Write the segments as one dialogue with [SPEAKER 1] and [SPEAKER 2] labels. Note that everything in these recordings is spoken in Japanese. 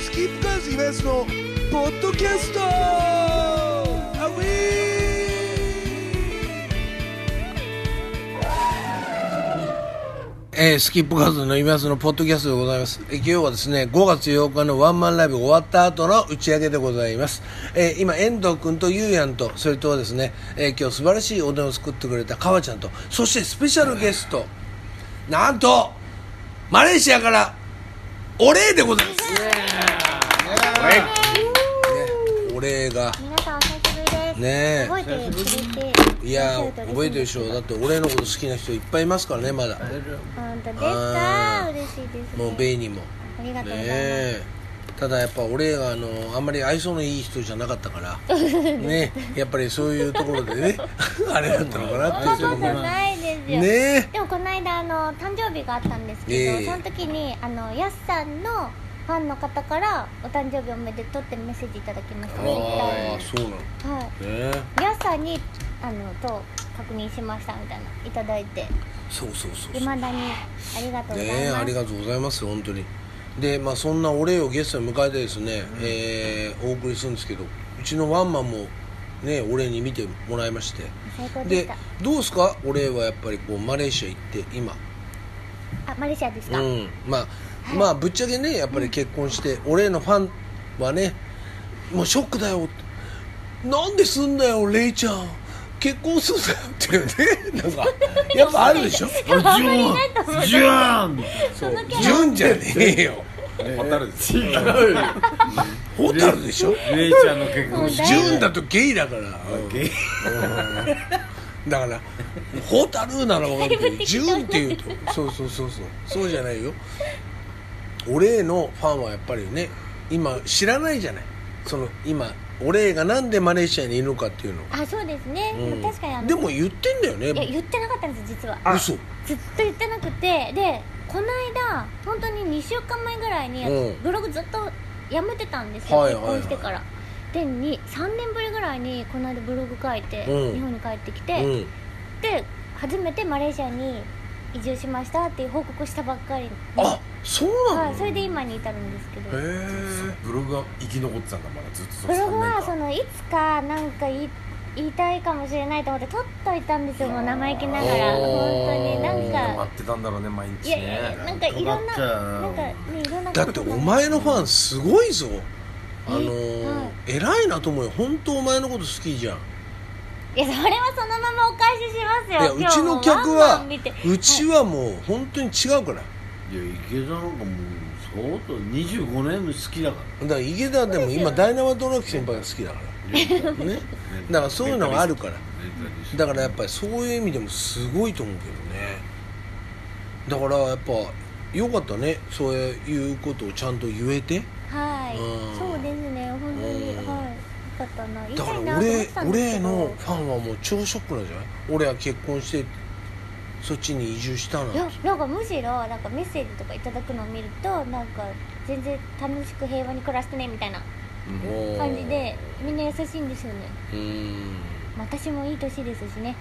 [SPEAKER 1] スキップカーズイベントのポッドキャストアウィー
[SPEAKER 2] えースキップカーズのイマスのポッドキャストでございます。えー今日はですね、5月8日のワンマンライブが終わった後の打ち上げでございます。えー今、遠藤くんとゆうやんと、それとですね、えー今日素晴らしいおでんを作ってくれたかわちゃんと、そしてスペシャルゲスト、なんと、マレーシアから、お礼でございます。ねお礼が。
[SPEAKER 3] 皆さんお久しぶりです。
[SPEAKER 2] ねえ
[SPEAKER 3] 覚えてるくれて。
[SPEAKER 2] いやー、覚えてるでしょ。だって俺のこと好きな人いっぱいいますからね、まだ。
[SPEAKER 3] 本当で
[SPEAKER 2] あ
[SPEAKER 3] すか
[SPEAKER 2] ー。
[SPEAKER 3] 嬉しいです、
[SPEAKER 2] もう、ベイにも。
[SPEAKER 3] ありがとうございます。
[SPEAKER 2] ねえただやっぱ俺があのあんまり愛想のいい人じゃなかった からねやっぱりそういうところでねあれだったのかなってい
[SPEAKER 3] そう
[SPEAKER 2] うと
[SPEAKER 3] そう
[SPEAKER 2] こ
[SPEAKER 3] そう
[SPEAKER 2] ろが
[SPEAKER 3] ないですよ。
[SPEAKER 2] ね
[SPEAKER 3] でもこの間あの誕生日があったんですけど、
[SPEAKER 2] ええ
[SPEAKER 3] その時にあのやすさんのファンの方からお誕生日おめでとうってメッセージいただきました。
[SPEAKER 2] ああ
[SPEAKER 3] は
[SPEAKER 2] そうなのね
[SPEAKER 3] い。やすさんにあのと確認しましたみたいないただいて、
[SPEAKER 2] そうそうそう
[SPEAKER 3] 未
[SPEAKER 2] そ
[SPEAKER 3] だ
[SPEAKER 2] う
[SPEAKER 3] にありがとうございます。
[SPEAKER 2] ねありがとうございます本当にでまあそんなお礼をゲストに迎えてですね、えーお送りするんですけどうちのワンマンもねお礼に見てもらいまして
[SPEAKER 3] 最高でし
[SPEAKER 2] で
[SPEAKER 3] た。
[SPEAKER 2] どうですかお礼はやっぱりこうマレーシア行って今
[SPEAKER 3] あマレーシアですか。
[SPEAKER 2] うん、まあ、まあぶっちゃけねやっぱり結婚して、俺のファンはねもうショックだよってなんですんだよレイちゃん結婚するんだよって いうねなんかやっぱあるでしょ
[SPEAKER 3] ジ ューンジューン
[SPEAKER 2] そう純じゃねえよ
[SPEAKER 4] ホタルです。違うよ。
[SPEAKER 2] ホタルでしょ
[SPEAKER 4] レイちゃんの結
[SPEAKER 3] もう
[SPEAKER 4] 婚式。
[SPEAKER 2] 純だとゲイだから、
[SPEAKER 4] ゲイ
[SPEAKER 2] だからホタルならわかるけ
[SPEAKER 3] だい
[SPEAKER 2] ど
[SPEAKER 3] ぶ適当
[SPEAKER 2] 純っていうとそうそうそうそうそうじゃないよ俺のファンはやっぱりね今知らないじゃないその今俺がなんでマレーシアにいるのかっていうの、
[SPEAKER 3] あそうですね、
[SPEAKER 2] うん
[SPEAKER 3] 確かにあの
[SPEAKER 2] でも言ってんだよね
[SPEAKER 3] いや言ってなかったんです実は
[SPEAKER 2] 嘘
[SPEAKER 3] ずっと言ってなくてでこの間本当に2週間前ぐらいに、
[SPEAKER 2] うん
[SPEAKER 3] ブログずっとやめてたんですよ、
[SPEAKER 2] はいはいはい
[SPEAKER 3] 結婚してからでに3年ぶりぐらいにこの間ブログ書いて、
[SPEAKER 2] うん
[SPEAKER 3] 日本に帰ってき
[SPEAKER 2] う
[SPEAKER 3] て、
[SPEAKER 2] ん
[SPEAKER 3] で初めてマレーシアに移住しましたっていう報告したばっかり
[SPEAKER 2] あそうな
[SPEAKER 3] はい
[SPEAKER 2] の、
[SPEAKER 3] それで今に至るんですけど
[SPEAKER 2] へえ
[SPEAKER 4] ブログは生き残ってたんだまだずっとそ
[SPEAKER 3] ブログはそ
[SPEAKER 4] の
[SPEAKER 3] のいつかなんか言い言いたいかもしれないと思って撮っといたんですよもう生意気ながら
[SPEAKER 2] おー
[SPEAKER 3] 本当になんか
[SPEAKER 4] 待ってたんだろうね毎
[SPEAKER 3] い
[SPEAKER 4] 日
[SPEAKER 3] やいやい
[SPEAKER 4] ね
[SPEAKER 3] や。なんかいろんななんかねいろんな
[SPEAKER 2] だってお前のファンすごいぞあのー
[SPEAKER 3] は
[SPEAKER 2] 偉いなと思うよ本当お前のこと好きじゃん
[SPEAKER 3] いやそれはそのままお返しします
[SPEAKER 2] いや
[SPEAKER 3] よ
[SPEAKER 2] うちの
[SPEAKER 3] 今日
[SPEAKER 2] 客
[SPEAKER 3] もワン
[SPEAKER 2] は
[SPEAKER 3] マン見て
[SPEAKER 2] うちはもう本当に違うから
[SPEAKER 5] いや池田なんかもう相当25年も好きだか
[SPEAKER 2] だから池田でも今ダイナマイトラキ先輩が好きだから
[SPEAKER 5] らね
[SPEAKER 2] ねだからそういうのがあるからだからやっぱりそういう意味でもすごいと思うけどねだからやっぱよかったねそういうことをちゃんと言えて
[SPEAKER 3] はい
[SPEAKER 2] うん
[SPEAKER 3] そうですね本当に
[SPEAKER 2] うん
[SPEAKER 3] はいよかったな言い
[SPEAKER 2] だか
[SPEAKER 3] た
[SPEAKER 2] ら
[SPEAKER 3] いなと思っ
[SPEAKER 2] 俺
[SPEAKER 3] てたんです
[SPEAKER 2] 俺
[SPEAKER 3] け
[SPEAKER 2] の
[SPEAKER 3] ど
[SPEAKER 2] ファンはもう超ショックなんじゃない俺は結婚してそっちに移住したなん
[SPEAKER 3] い
[SPEAKER 2] て
[SPEAKER 3] やなんかむしろなんかメッセージとかいただくのを見るとなんか全然楽しく平和に暮らしてねみたいな
[SPEAKER 2] もう
[SPEAKER 3] 感じでみんな優しいんですよね
[SPEAKER 2] うーん
[SPEAKER 3] 私もいい年ですしね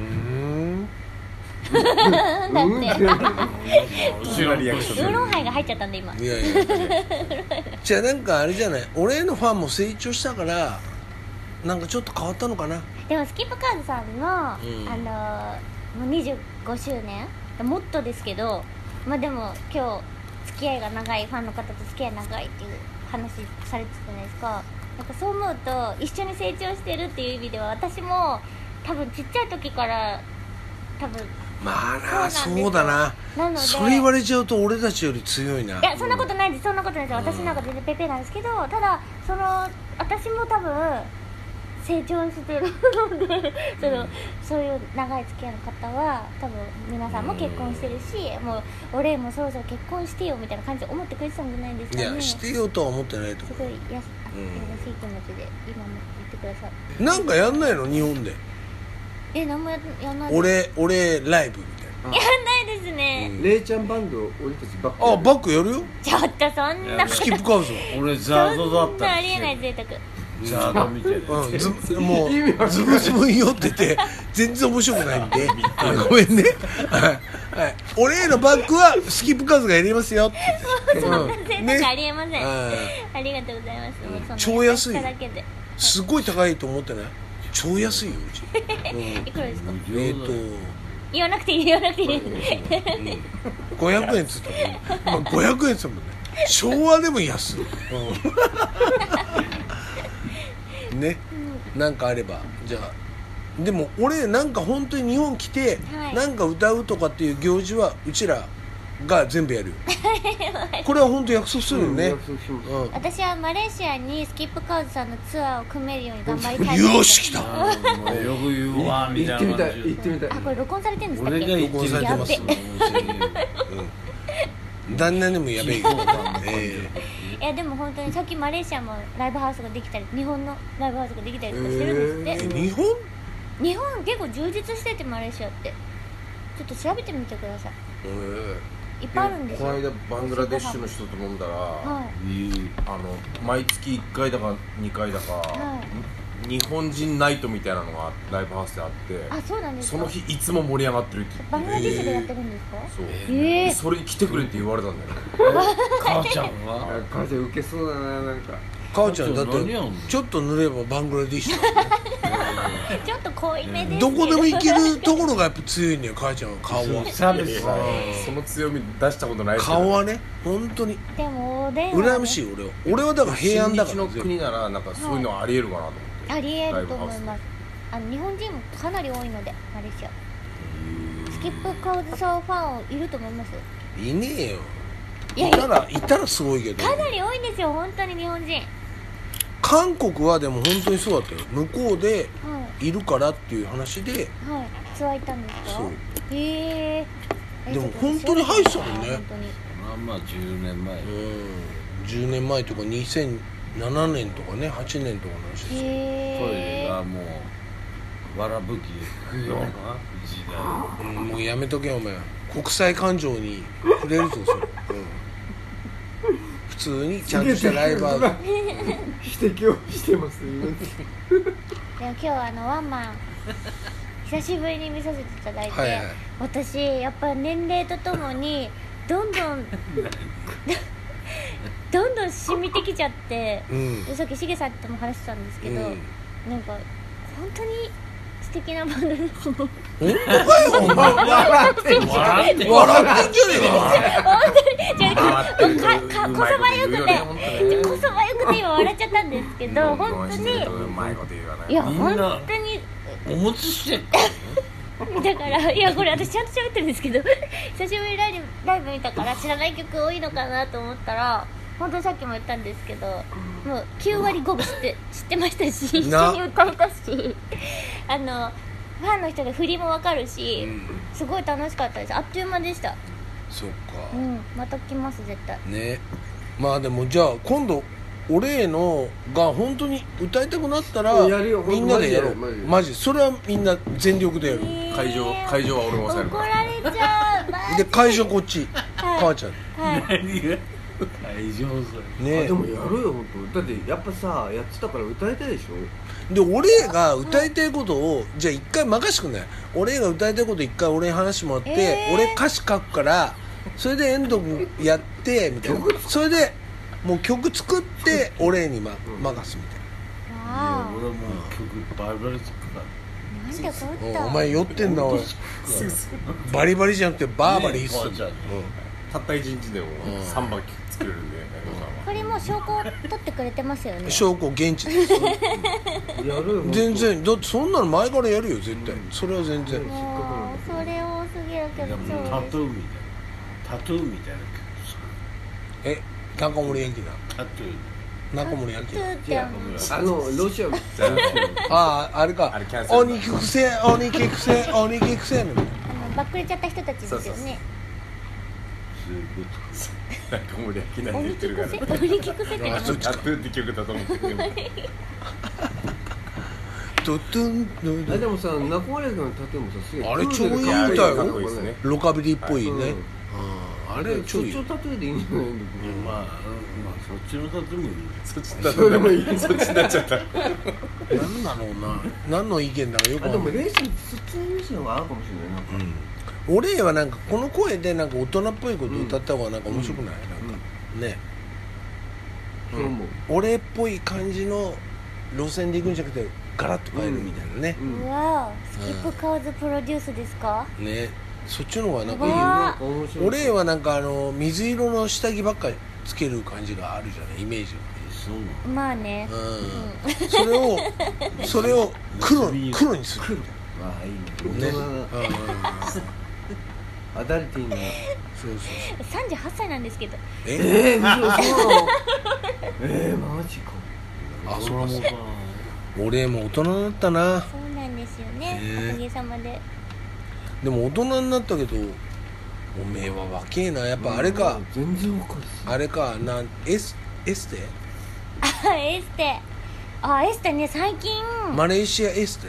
[SPEAKER 2] うーん
[SPEAKER 3] だって
[SPEAKER 4] 後ろリアクシ
[SPEAKER 3] ウ
[SPEAKER 4] ョン
[SPEAKER 3] ーロンハイが入っちゃったんで今
[SPEAKER 2] いやいやじゃあなんかあれじゃない俺のファンも成長したからなんかちょっと変わったのかな
[SPEAKER 3] でもスキップカーズさんの、
[SPEAKER 2] ん
[SPEAKER 3] あのーもう25周年もっとですけどまあでも今日付き合いが長いファンの方と付き合い長いっていう話されてたじゃないですかなんかそう思うと一緒に成長してるっていう意味では私も多分ちっちゃい時から多分
[SPEAKER 2] まあな
[SPEAKER 3] そ
[SPEAKER 2] そうう
[SPEAKER 3] なんですよ
[SPEAKER 2] だな
[SPEAKER 3] なので
[SPEAKER 2] それ言われちゃうと俺たちより強いない
[SPEAKER 3] やそんなことないですそんなことないです私なんか全然ペーペーなんですけどただその私も多分成長してるので そのそういう長い付き合いの方は多分皆さんも結婚してるしもう俺もそろそろ結婚してよみたいな感じで思ってくれてたんじゃないです
[SPEAKER 2] い
[SPEAKER 3] かね
[SPEAKER 2] やしてよとは思ってないと
[SPEAKER 3] す
[SPEAKER 2] 思
[SPEAKER 3] ごいやすあ
[SPEAKER 2] うん
[SPEAKER 3] 優しい気持ちで今も言ってくださいう
[SPEAKER 2] なんかやんないの日本で
[SPEAKER 3] え何もややんないです
[SPEAKER 2] 俺俺ライブみたい
[SPEAKER 3] やんないですね、
[SPEAKER 2] な、
[SPEAKER 6] レイちゃんバンド俺たちばっか
[SPEAKER 2] うんあバックやるよ
[SPEAKER 3] ちょっとそんな
[SPEAKER 2] スキップカーズ
[SPEAKER 5] 俺ザードだ
[SPEAKER 3] そ
[SPEAKER 5] っ
[SPEAKER 3] ん
[SPEAKER 5] た
[SPEAKER 3] なありえない贅沢
[SPEAKER 5] ザードみたいな
[SPEAKER 2] うん、ずも
[SPEAKER 6] 意味わかんな
[SPEAKER 2] う
[SPEAKER 6] い
[SPEAKER 2] ズブズブ酔ってて全然面白くないんでごめんねはい、はい、俺へのバックはスキップカーズがやりますよって言って
[SPEAKER 3] そんな贅沢ありえません、
[SPEAKER 2] え
[SPEAKER 3] ありがとうございます、もうその
[SPEAKER 2] 超安い
[SPEAKER 3] ただけです
[SPEAKER 2] ごい高いと思ってない超安いよう ち、うん、
[SPEAKER 3] いくらですか
[SPEAKER 2] えっ、と
[SPEAKER 3] 言わなくていい言わなくていいです
[SPEAKER 2] 500円っつったもん、まあ、500円っつったもんね昭和でも安い、うんねなんかあればじゃあでも俺なんか本当に日本来て、
[SPEAKER 3] はい
[SPEAKER 2] なんか歌うとかっていう行事はうちらが全部やるよ これは本当約束するよね、
[SPEAKER 6] 約束します
[SPEAKER 2] うん
[SPEAKER 3] 私はマレーシアにスキップカウズさんのツアーを組めるように頑張りたい
[SPEAKER 2] よし来た
[SPEAKER 5] あーもうよく言うわみ
[SPEAKER 6] 行
[SPEAKER 5] たい
[SPEAKER 6] ってみ
[SPEAKER 5] な
[SPEAKER 6] た
[SPEAKER 5] 感
[SPEAKER 6] い
[SPEAKER 5] じ
[SPEAKER 6] 行ってみたい
[SPEAKER 3] あこれ録音されてるんですか
[SPEAKER 5] 俺が行
[SPEAKER 2] 録音されてます
[SPEAKER 3] や
[SPEAKER 2] う
[SPEAKER 3] べ
[SPEAKER 2] ん旦那にもやべえけど、え
[SPEAKER 3] いやでも本当にさっきマレーシアもライブハウスができたり日本のライブハウスができたりとかしてるんです
[SPEAKER 2] え
[SPEAKER 3] って、
[SPEAKER 2] 日本
[SPEAKER 3] 日本結構充実しててマレーシアってちょっと調べてみてくださいいっぱいあるんです
[SPEAKER 4] こ
[SPEAKER 3] よ
[SPEAKER 4] の間バングラデシュの人と飲んだら、
[SPEAKER 3] は
[SPEAKER 4] あの毎月1回だか2回だか、
[SPEAKER 3] は
[SPEAKER 4] 日本人ナイトみたいなのがライブハウスであって
[SPEAKER 3] いあそうなんです
[SPEAKER 4] そ
[SPEAKER 3] か
[SPEAKER 4] の日いつも盛り上がってるって言って
[SPEAKER 3] バングラデシュでやってるんですか
[SPEAKER 4] そう、
[SPEAKER 3] ええ
[SPEAKER 4] それに来てくれって言われたんだよね
[SPEAKER 5] 母ちゃんは
[SPEAKER 6] あ母ちゃんウケそうだななんか
[SPEAKER 2] かおちゃんだって
[SPEAKER 5] 何やんの
[SPEAKER 2] ちょっと塗ればバングラディッシュ
[SPEAKER 3] ちょっと濃いめです
[SPEAKER 2] ど
[SPEAKER 3] け
[SPEAKER 2] こでも行けるところがやっぱ強いんだよ母ちゃんは顔は
[SPEAKER 5] 差別だよ
[SPEAKER 4] その強み出したことないけど
[SPEAKER 2] 顔はね本当に
[SPEAKER 3] でもおでんはね
[SPEAKER 2] 羨ましい俺は俺はだから平安だから
[SPEAKER 4] 親日の国ならなんかそういうのはありえるかなと思って、
[SPEAKER 3] ありえると思
[SPEAKER 4] ライ
[SPEAKER 3] い
[SPEAKER 4] ブ
[SPEAKER 3] ま
[SPEAKER 4] ハ
[SPEAKER 3] すあの日本人もかなり多いのでマレーシアスキップカウズさんファンいると思います
[SPEAKER 2] いねえよ
[SPEAKER 3] いや
[SPEAKER 2] いたらいたらすごいけど
[SPEAKER 3] かなり多いんですよ本当に日本人
[SPEAKER 2] 韓国はでも本当にそうだったよ向こうで
[SPEAKER 3] はい
[SPEAKER 2] るからっていう話で
[SPEAKER 3] はい、ツアー行ったんですか
[SPEAKER 2] そう
[SPEAKER 3] へええ
[SPEAKER 2] でも
[SPEAKER 3] ちょっ
[SPEAKER 2] 本当
[SPEAKER 3] と私
[SPEAKER 2] に入ってたもんね
[SPEAKER 3] 本当に
[SPEAKER 5] まあまあ10年前
[SPEAKER 2] うん10年前とか2007年とかね8年とかの話ですよ
[SPEAKER 5] トイレ
[SPEAKER 3] へ
[SPEAKER 5] がもうわらぶきの時代
[SPEAKER 2] うんもうやめとけよお前国際感情に触れるぞそれ、うん、普通にちゃんとしたライバー
[SPEAKER 6] ー指摘をしてます今
[SPEAKER 3] えでも今日あのワンマ ン久しぶりに見させていただいて、
[SPEAKER 2] はいはい
[SPEAKER 3] 私やっぱ年齢とともに どんどんどんどん染みてきちゃって、
[SPEAKER 2] うん
[SPEAKER 3] さっきしげさんとも話してたんですけど、
[SPEAKER 2] うん
[SPEAKER 3] なんか本当に素敵なバンド ですね
[SPEAKER 2] 本当かよお前笑ってんじ
[SPEAKER 5] 笑って
[SPEAKER 2] ゃね
[SPEAKER 3] じゃあ
[SPEAKER 4] 回ってる
[SPEAKER 3] かか
[SPEAKER 4] う
[SPEAKER 3] こそ
[SPEAKER 4] まいこと
[SPEAKER 3] ばよ
[SPEAKER 4] 言う
[SPEAKER 3] く
[SPEAKER 4] よ
[SPEAKER 3] て、
[SPEAKER 4] ね本当ね
[SPEAKER 3] こそばよくて今笑っちゃったんですけど
[SPEAKER 4] ど
[SPEAKER 3] 本当
[SPEAKER 4] んどん
[SPEAKER 3] に
[SPEAKER 4] してるとうまいこと言うよね
[SPEAKER 3] いや
[SPEAKER 5] みん
[SPEAKER 3] 本
[SPEAKER 5] な
[SPEAKER 3] 当に
[SPEAKER 5] おもつしてっ
[SPEAKER 3] だからいやこれ私ちゃんと喋ってるんですけど 久しぶりにライブライブ見たから知らない曲多いのかなと思ったら本当にさっきも言ったんですけどもう9割5分知って知ってましたし一
[SPEAKER 2] な
[SPEAKER 3] 緒に歌えたしあのファンの人で振りもわかるしすごい楽しかったですあっという間でした
[SPEAKER 2] そっ
[SPEAKER 3] う
[SPEAKER 2] か
[SPEAKER 3] んまた来ます絶対
[SPEAKER 2] ねまあでもじゃあ今度俺へのが本当に歌いたくなったら
[SPEAKER 6] やるよ
[SPEAKER 2] みんなでやろう
[SPEAKER 6] マジでマジで
[SPEAKER 2] マジそれはみんな全力でやる
[SPEAKER 4] 会場
[SPEAKER 3] えー
[SPEAKER 4] 会場は俺も抑える
[SPEAKER 3] 怒
[SPEAKER 4] から
[SPEAKER 3] れちゃうマジ
[SPEAKER 2] で会場こっち
[SPEAKER 3] はい
[SPEAKER 2] 母ちゃん
[SPEAKER 3] はい
[SPEAKER 5] 何が大丈夫それ
[SPEAKER 6] あ
[SPEAKER 2] ね
[SPEAKER 6] でもやるよ本当だってやっぱさやってたから歌いたいでしょ
[SPEAKER 2] で俺が歌いたいことをじゃあ一回任してくんない俺が歌いたいこと一回俺に話してもらって、
[SPEAKER 3] えー
[SPEAKER 2] 俺歌詞書くからそれで遠藤君やってみたいなそれでもう曲作って俺に、ま、任すみ
[SPEAKER 3] わあ
[SPEAKER 5] 俺もう曲バリバリ作った
[SPEAKER 3] なんで
[SPEAKER 2] た
[SPEAKER 3] 怒
[SPEAKER 2] い
[SPEAKER 3] っ
[SPEAKER 2] な、
[SPEAKER 3] た
[SPEAKER 2] お前酔ってんなおいバリバリじゃなくてバーバリーっす
[SPEAKER 5] ねえばあち
[SPEAKER 4] たった1日でも3番作れるんで
[SPEAKER 3] これもう証拠を取ってくれてますよね
[SPEAKER 2] うん証拠現地です
[SPEAKER 6] やるよ本当
[SPEAKER 2] 全然だってそんなの前からやるよ絶対それは全然
[SPEAKER 3] もうそれ多すぎるけ
[SPEAKER 5] いや
[SPEAKER 3] ど
[SPEAKER 5] もう
[SPEAKER 3] そう
[SPEAKER 5] タ
[SPEAKER 3] です
[SPEAKER 5] トゥーみたいなタトゥーみたいな
[SPEAKER 2] え中森明菜
[SPEAKER 5] 曲タトゥー
[SPEAKER 2] 中森明
[SPEAKER 3] トゥ
[SPEAKER 2] 菜
[SPEAKER 3] ーってあの
[SPEAKER 6] あのロシア
[SPEAKER 4] じゃ
[SPEAKER 2] あああれか
[SPEAKER 4] あれキャンセルだ
[SPEAKER 2] 鬼くせえ鬼くせえ鬼くせえの
[SPEAKER 3] あのバックれちゃった人たちですよね
[SPEAKER 5] そういうこと
[SPEAKER 4] あなんかもうできないで
[SPEAKER 3] 鬼
[SPEAKER 4] 言って
[SPEAKER 3] 聞
[SPEAKER 4] る
[SPEAKER 3] く
[SPEAKER 4] から
[SPEAKER 3] せ鬼聞くせって
[SPEAKER 2] あ
[SPEAKER 3] なん
[SPEAKER 2] そっ
[SPEAKER 3] か
[SPEAKER 2] ち
[SPEAKER 4] タトゥーって曲だと思ってるけ
[SPEAKER 2] ドドゥンドゥンド
[SPEAKER 6] あで
[SPEAKER 2] ゥン
[SPEAKER 6] もさ中森君のタトゥーもさすげえ
[SPEAKER 2] あれ超いい歌
[SPEAKER 4] どいやあれ
[SPEAKER 2] 歌よ
[SPEAKER 4] かっこいいですね
[SPEAKER 2] ロカビリーっぽいね、
[SPEAKER 6] はい
[SPEAKER 2] あ
[SPEAKER 6] あ
[SPEAKER 2] れ
[SPEAKER 6] れ
[SPEAKER 2] 超
[SPEAKER 6] 超
[SPEAKER 2] いい
[SPEAKER 6] タトゥーでいいんじゃないの
[SPEAKER 5] まあ、うんまあそっちのタトゥーもいい
[SPEAKER 4] そっちだそれもいいそっちになっちゃった
[SPEAKER 2] 何なのな何の意見だかよく
[SPEAKER 6] あ
[SPEAKER 2] わか
[SPEAKER 6] で
[SPEAKER 2] ん
[SPEAKER 6] も
[SPEAKER 2] ない
[SPEAKER 6] レーシングそっちのレーシングは合うかもしれないなんか
[SPEAKER 2] 俺はなんかこの声でなんか大人っぽいこと歌った方がなんか面白くない、なんか、ね
[SPEAKER 6] そう思う
[SPEAKER 2] 俺っぽい感じの路線で行くんじゃなくてガラッと変えるみたいなね
[SPEAKER 6] う、ん
[SPEAKER 3] うわおスキップカウズプロデュースですか
[SPEAKER 2] ねそっちの方がなんかいい
[SPEAKER 3] や
[SPEAKER 2] よね
[SPEAKER 3] ば
[SPEAKER 6] なんか面白い
[SPEAKER 2] 俺はなんかあの水色の下着ばっかりつける感じがあるじゃないイメージ
[SPEAKER 5] そうなの
[SPEAKER 3] まあね
[SPEAKER 2] が、うん、それをそれを黒に黒にする
[SPEAKER 6] まあいいね
[SPEAKER 2] ね、
[SPEAKER 6] 大人
[SPEAKER 2] うん
[SPEAKER 6] なアダルティーな
[SPEAKER 2] そうそうそう
[SPEAKER 3] 38歳なんですけど
[SPEAKER 2] え
[SPEAKER 6] ええー、そ うなのえー、マジか
[SPEAKER 2] あそれも俺も大人になったな
[SPEAKER 3] そうなんですよね、
[SPEAKER 2] ね
[SPEAKER 3] おかげさまで
[SPEAKER 2] でも大人になったけどおめえは若えなやっぱあれか、
[SPEAKER 6] 全然わかる
[SPEAKER 2] あれかなんエスエステ
[SPEAKER 3] あエステあエステね最近、
[SPEAKER 2] マレーシアエステ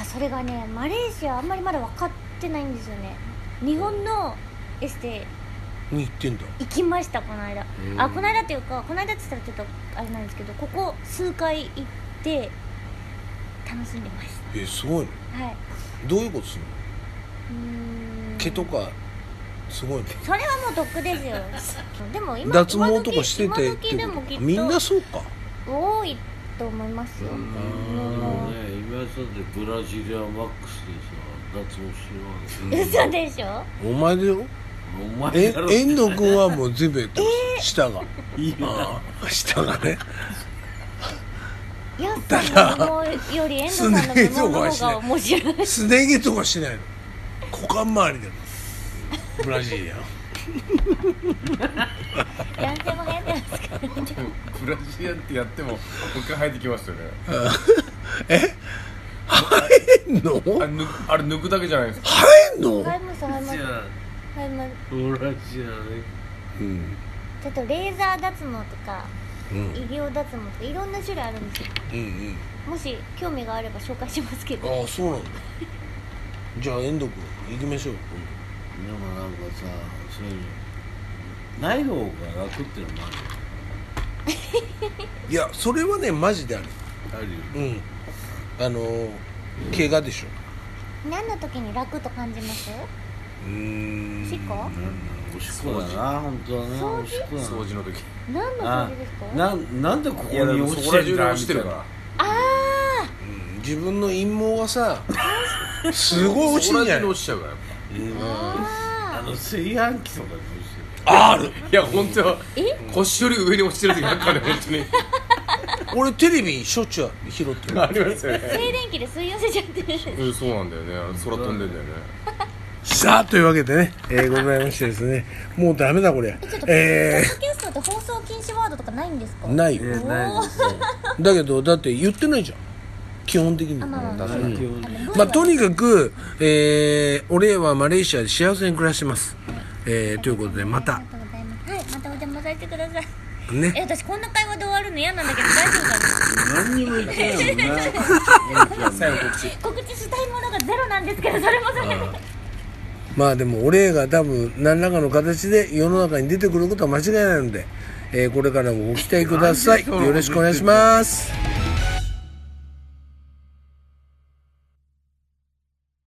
[SPEAKER 3] あそれがねマレーシアあんまりまだ分かってないんですよね日本のエステ
[SPEAKER 2] に行ってんだ
[SPEAKER 3] 行きましたこの間、
[SPEAKER 2] うん
[SPEAKER 3] あこの間っていうかこの間って言ったらちょっとあれなんですけどここ数回行って楽しんでまし
[SPEAKER 2] えすごいの
[SPEAKER 3] たはいう
[SPEAKER 2] どういうことするの
[SPEAKER 3] ーん
[SPEAKER 2] 毛とかすごい
[SPEAKER 3] それはもうとっくですよ でも
[SPEAKER 2] の
[SPEAKER 3] 今
[SPEAKER 2] 脱毛とかして
[SPEAKER 3] 今
[SPEAKER 2] てっ
[SPEAKER 3] 時今時
[SPEAKER 2] て
[SPEAKER 3] で
[SPEAKER 2] こ
[SPEAKER 3] も
[SPEAKER 2] と
[SPEAKER 3] きっ
[SPEAKER 2] か
[SPEAKER 3] と
[SPEAKER 2] みんなそうか
[SPEAKER 3] 多いと思いますよ、
[SPEAKER 5] で
[SPEAKER 3] も
[SPEAKER 5] も
[SPEAKER 3] う
[SPEAKER 5] ね今やさってブラジリアンワックスでさ脱毛してるわけ
[SPEAKER 3] 嘘でしょ
[SPEAKER 2] お前だよ
[SPEAKER 5] お前
[SPEAKER 2] え
[SPEAKER 5] だろ
[SPEAKER 2] 遠藤君はもう全部やってます舌が
[SPEAKER 5] いいよな
[SPEAKER 2] ああ舌がね
[SPEAKER 3] ヤスさんの無毛より遠藤さんの無 毛の方が面白い
[SPEAKER 2] すね毛とかしないの股間周りでもブラジリアン
[SPEAKER 3] 男性も流行ってますから
[SPEAKER 4] ブラジリアンってやってももう一回生えてきましたよね
[SPEAKER 2] えんの
[SPEAKER 4] あれ抜くあれ抜くだけじゃないですか
[SPEAKER 2] 生えんの
[SPEAKER 3] 入ります入ります
[SPEAKER 5] じゃあ
[SPEAKER 3] 入ります
[SPEAKER 5] ブラジリアンね
[SPEAKER 2] うん
[SPEAKER 3] ちょっとレーザー脱毛とか
[SPEAKER 2] うん
[SPEAKER 3] 医療脱毛とかいろんな種類あるんですよ
[SPEAKER 2] うん
[SPEAKER 3] もし興味があれば紹介しますけ
[SPEAKER 2] う
[SPEAKER 3] ど
[SPEAKER 2] んああそうなんだじゃあ遠藤君行きましょう
[SPEAKER 5] でもなんかさそういうのない方が楽っていうのもある
[SPEAKER 2] いやそれはねマジである
[SPEAKER 5] あるよ
[SPEAKER 2] うんあのー怪我でしょ
[SPEAKER 3] 何の時に楽と感じます
[SPEAKER 2] うーん
[SPEAKER 3] シコ
[SPEAKER 5] おしっこだな本当はね
[SPEAKER 3] 掃除
[SPEAKER 5] おしっこだな
[SPEAKER 4] 掃除の時
[SPEAKER 3] 何の感じですか
[SPEAKER 5] ななんでここ
[SPEAKER 4] いやで
[SPEAKER 5] に
[SPEAKER 4] も
[SPEAKER 5] 落
[SPEAKER 4] そ
[SPEAKER 5] ち
[SPEAKER 4] こ
[SPEAKER 5] て
[SPEAKER 4] ら中
[SPEAKER 5] るん
[SPEAKER 4] に
[SPEAKER 5] だ
[SPEAKER 4] 落ちてるから
[SPEAKER 2] うん自分の陰謀がさすごい落ちるんじゃな
[SPEAKER 4] そこら中に
[SPEAKER 2] い
[SPEAKER 4] 落ちちゃうからやっ
[SPEAKER 5] あの炊飯器とかに落ちてる
[SPEAKER 2] あある
[SPEAKER 4] ぱいや本当は腰より上に落ちてる時ばっかで本当に
[SPEAKER 2] 俺テレビしょっちゅう拾ってる
[SPEAKER 4] ありますよね
[SPEAKER 3] 静電気で吸い寄せちゃって る
[SPEAKER 4] うんそうなんだよねあれ空飛んでんだよね
[SPEAKER 2] さあというわけでね、えー、ございましてですねもうダメだこれえ
[SPEAKER 3] ポッドキャストって放送禁止ワードとかないんですか
[SPEAKER 2] ー、ないよ
[SPEAKER 5] ないです
[SPEAKER 2] だけどだって言ってないじゃん基本的に
[SPEAKER 3] あまあまあまあ
[SPEAKER 5] ね
[SPEAKER 3] あ
[SPEAKER 5] 基本的
[SPEAKER 3] の
[SPEAKER 5] に
[SPEAKER 3] 文は
[SPEAKER 2] まあ、とにかく、えー、俺はマレーシアで幸せに暮らしてます、えー、ということでま
[SPEAKER 3] あ
[SPEAKER 2] た
[SPEAKER 3] りがとうございますはいまたお邪魔させてくださいえ
[SPEAKER 2] ね
[SPEAKER 3] 私こんな会話で終わるの嫌なんだけど大丈夫か
[SPEAKER 5] 何にも言ってないもん な
[SPEAKER 4] 最後告知
[SPEAKER 3] な告知したいものがゼロなんですけどそれもそれで
[SPEAKER 2] まあでも俺が多分何らかの形で世の中に出てくることは間違いないので、えー、これからもご期待くださいよろしくお願いします